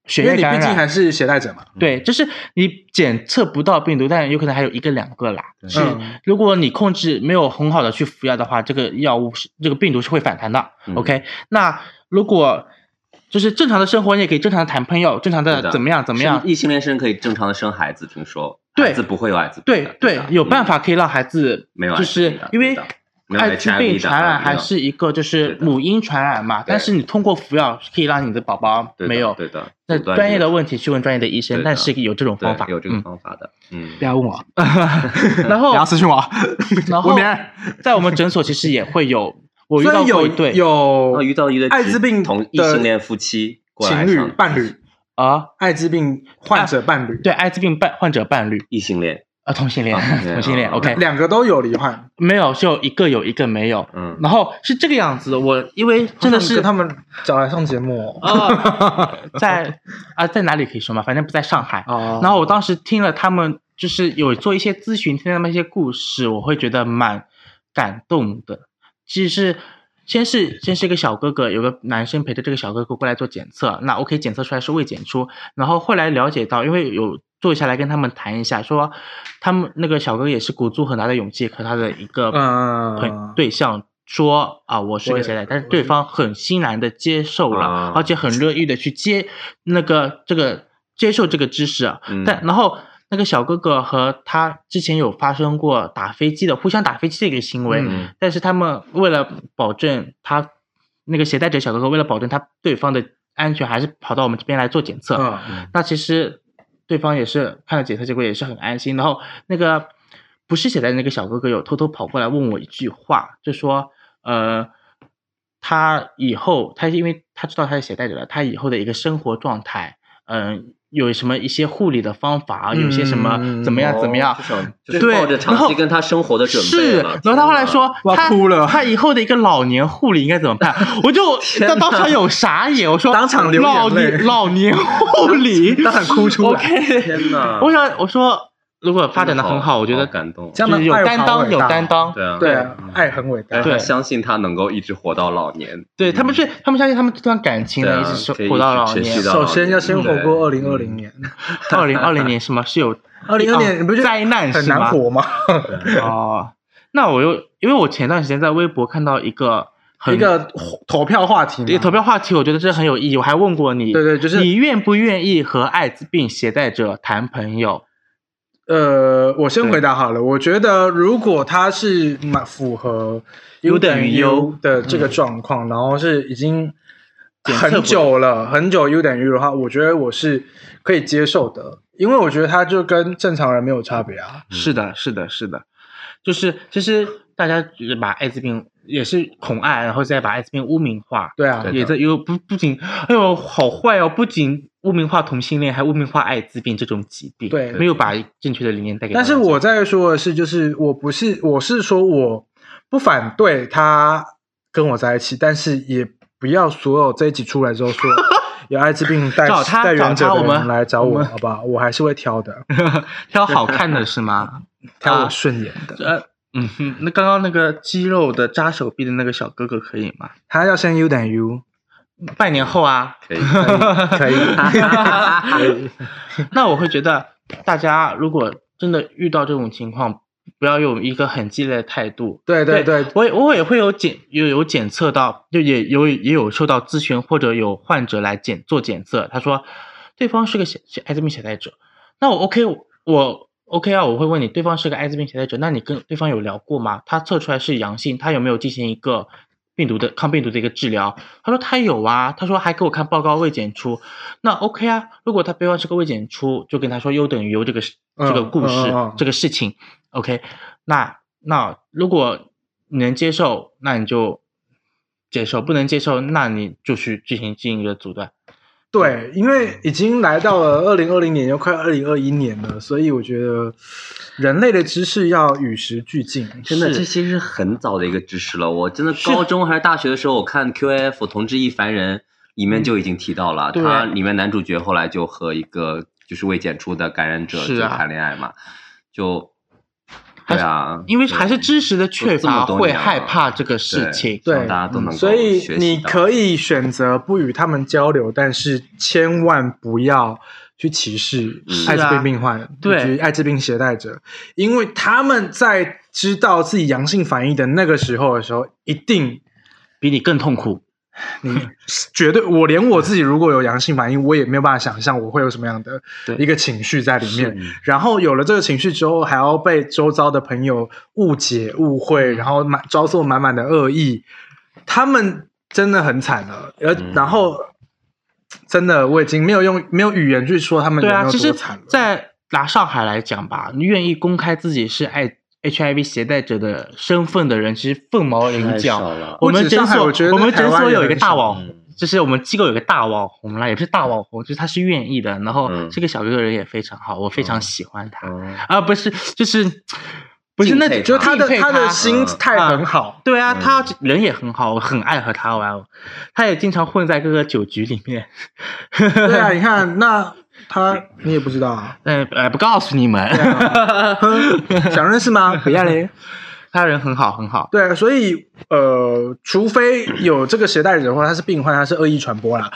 血因为液你感毕竟还染。是携带者嘛。对，就是你检测不到病毒，但有可能还有一个两个啦。对是，嗯如果你控制没有很好的去服药的话，这个药物是这个病毒是会反弹的。嗯 OK，那如果就是正常的生活，你也可以正常的谈朋友，正常对的的怎么样怎么样是？异性恋生可以正常的生孩子，听说对孩子不会有艾滋病对的。嗯对，有办法。法可以让孩子嗯没有就 HIV 是的因为对的没有艾滋 HIV 病的传染没有还是一个就对是的母婴传染嘛，但对是你通过服药可以让你的宝宝对的没有。对的，那阻断专业这个的问题去问专业的医生，对的但是有这种对方法，有这个嗯方法的，嗯，要问 <laughs> 我， <laughs> 然后不要私信我，哦然后我没人。在我们诊所其实也会 <laughs> 有，我遇所到以有过一对哦，遇有到一对艾滋病同的异性恋夫妻过来情侣上伴侣，啊，艾滋病患者伴侣，对艾滋病伴患者伴侣异性恋，啊，同性恋 <laughs> 啊同性，恋同性恋啊，OK，两个都有罹患，没有就一个有一个没有，嗯，然后是这个样子的，我因为真的是跟他们找来上节目哦。啊，在啊在哪里可以说嘛，反正不在上海，哦然后我当时听了他们就是有做一些咨询，听他们一些故事，我会觉得蛮感动的。其实是先是先是一个小哥哥，有个男生陪着这个小哥哥过来做检测，那 OK 检测出来是未检出，然后后来了解到，因为有坐下来跟他们谈一下，说他们那个小哥哥也是鼓足很大的勇气和他的一个嗯朋，对象说啊，我是我个也谁来，但是我对是方很欣然的接受了，啊而且很乐意的去接那个这个接受这个知识啊。嗯但然后那个小哥哥和他之前有发生过打飞机的互相打飞机的一个行为，嗯但是他们为了保证他那个携带者小哥哥为了保证他对方的安全，还是跑到我们这边来做检测。嗯那其实对方也是看了检测结果也是很安心。然后那个不是写在那个小哥哥有偷偷跑过来问我一句话，就说呃，他以后他因为他知道他是携带者了，他以后的一个生活状态，嗯、有什么一些护理的方法，有些什么嗯怎么样怎么样哦，这种就是对抱着然长后期跟他生活的准备是，了然后他后来，说，我要他哭了他以后的一个老年护理应该怎么办？我 <laughs> 就当当场有傻眼，我说当场流眼老泪年老年护理， <laughs> 当场哭出来 OK，天哪， <laughs> 我想啊我说，如果发展的很好，我觉得嗯感动，这就样的是有爱担好伟当，有大担当。对啊，对啊嗯，爱很伟大但是。对他相信他能够一直活到老年，对他们是他们相信他们这段感情对啊能一直可以是活到嗯老一直持续年到。首先要先活过二对零二零年， <laughs> 二零二零年什么是有 <laughs> 二零二哦年你不就灾难很是难吗？活吗？ <laughs> 啊哦，那我又因为我前段时间在微博看到一个很一个投票话题嘛，一个投票话题，我觉得这很有意义。我还问过你，对对就是你愿不愿意和艾滋病携带者谈朋友？呃，我先回答好了。我觉得如果他是蛮符合 U 等等于 U 的这个状况，然后是已经检测不很久了，很久 U 等于 U 的话，我觉得我是可以接受的，因为我觉得他就跟正常人没有差别啊。嗯是的，是的，是的，就是其实大家就是把艾滋病也是恐艾，然后再把艾滋病污名化。对啊，对的也在有不不仅，哎呦，好坏哦！不仅污名化同性恋，还污名化艾滋病这种疾病，对没有把正确的理念带给大但家。是我在说的是，就是我不是，我是说我不反对他跟我在一起，但是也不要所有这一集出来之后说有艾滋病带找他带原者找他的我们人来找我我，们好吧？我还是会挑的，挑好看的是 <laughs> 吗？挑我啊顺眼的。呃，嗯哼，那刚刚那个肌肉的扎手臂的那个小哥哥可以吗？他要先 U 等于 U，半年后啊， <laughs> 可以，可以。那我会觉得，大家如果真的遇到这种情况，不要用一个很激烈的态度。对对对，我也我也会有检有有检测到，就也有也有受到咨询或者有患者来检做检测，他说对方是个携携艾滋病携带者，那我 OK 我 OK 啊，我会问你对方是个艾滋病携带者，那你跟对方有聊过吗？他测出来是阳性，他有没有进行一个病毒的抗病毒的一个治疗。他说他有啊，他说还给我看报告未检出，那 OK 啊。如果他背后是个未检出，就跟他说 U 等于 U 这个事嗯这个故事、嗯嗯嗯这个事情，OK 那。那如果你能接受，那你就接受；不能接受，那你就去进行进一个阻断。对，因为已经来到了二零二零年，又快二零二一年了，所以我觉得人类的知识要与时俱进。真的，是这些是很早的一个知识了。我真的高中还是大学的时候，我看 QF《同志亦凡人》里面就已经提到嗯了，对他里面男主角后来就和一个就是未检出的感染者是就啊谈恋爱嘛，就还对是啊，因为还是知识的缺这么乏多会年了害怕这个事对情。嗯希望对大家都能够所以学习你到可以选择不与他们交流，但是千万不要去歧视嗯艾是滋啊病病患，对以及艾滋病携带者，因为他们在知道自己阳性反应的那个时候的时候，一定比你更痛苦。你绝对，我连我自己如果有阳性反应，我也没有办法想象我会有什么样的对一个情绪在里面。是然后有了这个情绪之后，还要被周遭的朋友误解、误会，嗯然后满遭受满满的恶意，他们真的很惨了。而、嗯然后真的，我已经没有用没有语言去说他们有对没啊，有其多实惨了。，在拿上海来讲吧，你愿意公开自己是爱 HIV 携带者的身份的人，其实凤毛麟太角。少了。我不们止诊上海所，我觉得我们台诊湾所也有一很个大少网红嗯，就是我们机构有一个大网红啦，也不是大网红，就是他是愿意的。然后嗯这个小哥哥人也非常好，我非常嗯喜欢他嗯啊，不是，就是不是那敬佩种，就是他的敬佩他的心嗯态很好，对啊，嗯他人也很好，我很爱和他玩哦，他也经常混在各个酒局里面。嗯对啊，你看那他你也不知道啊，嗯呃，不告诉你们， <laughs> 哼想认识吗？不要嘞。他人很好很好。对，所以呃，除非有这个携带者的话，他是病患，他是恶意传播啦。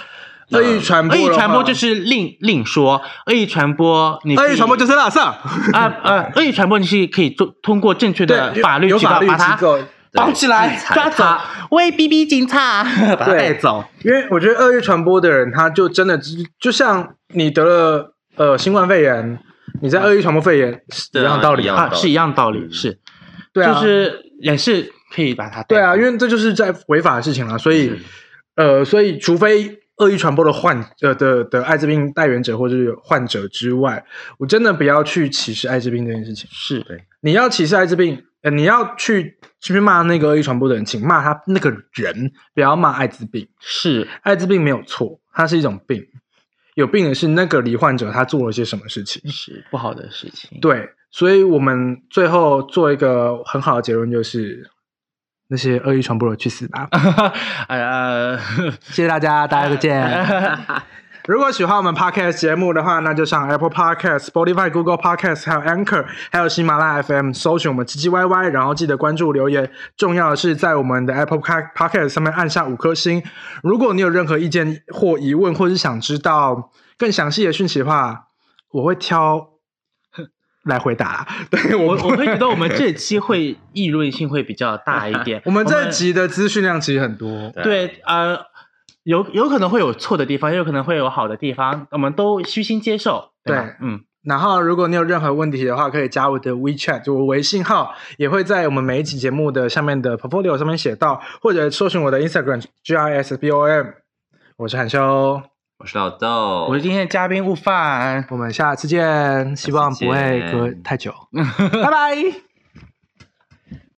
恶意传嗯播恶的话，意传播就是另另说，恶意传播你可以恶意传播就是垃圾。啊呃，恶意传播你是可以通通过正确的对，法律有渠法道律把机他构。绑起来制裁抓走他，喂 B B 警察把他对带走。因为我觉得恶意传播的人，他就真的只就像你得了呃新冠肺炎，你在恶意传播肺炎是一对啊样道理一样啊。啊，是一样道理，嗯是，对啊，就是也是可以把他带对啊，走因为这就是在违法的事情啦。所以是嗯呃，所以除非。恶意传播的患呃的的艾滋病带源者或者是患者之外，我真的不要去歧视艾滋病这件事情。是你要歧视艾滋病，呃，你要去去骂那个恶意传播的人，请骂他那个人，不要骂艾滋病。是艾滋病没有错，它是一种病，有病的是那个罹患者他做了些什么事情。是不好的事情。对，所以我们最后做一个很好的结论，就是那些恶意传播的去死吧！ <laughs> 哎呀，谢谢大家，大家再见。如果喜欢我们 podcast 节目的话，那就上 Apple Podcast、Spotify、Google Podcast，还有 Anchor，还有喜马拉雅 FM 搜寻我们唧唧歪歪，然后记得关注留言。重要的是在我们的 Apple Car- Podcast 上面按下五颗星。如果你有任何意见或疑问，或是想知道更详细的讯息的话，我会挑来回答啦。<laughs> 对我我。我会觉得我们这期会议论性会比较大一点 <laughs> 我们这集的资讯量其实很多，对呃，有有可能会有错的地方，也有可能会有好的地方，我们都虚心接受。吧对嗯，然后，如果你有任何问题的话，可以加我的 WeChat，就我微信号，也会在我们每一期节目的下面的 portfolio 上面写到，或者搜寻我的 Instagram G R S B O M。我是韩修，我是老豆，我是今天的嘉宾悟饭。我们下次见，希望不会隔太久，拜拜。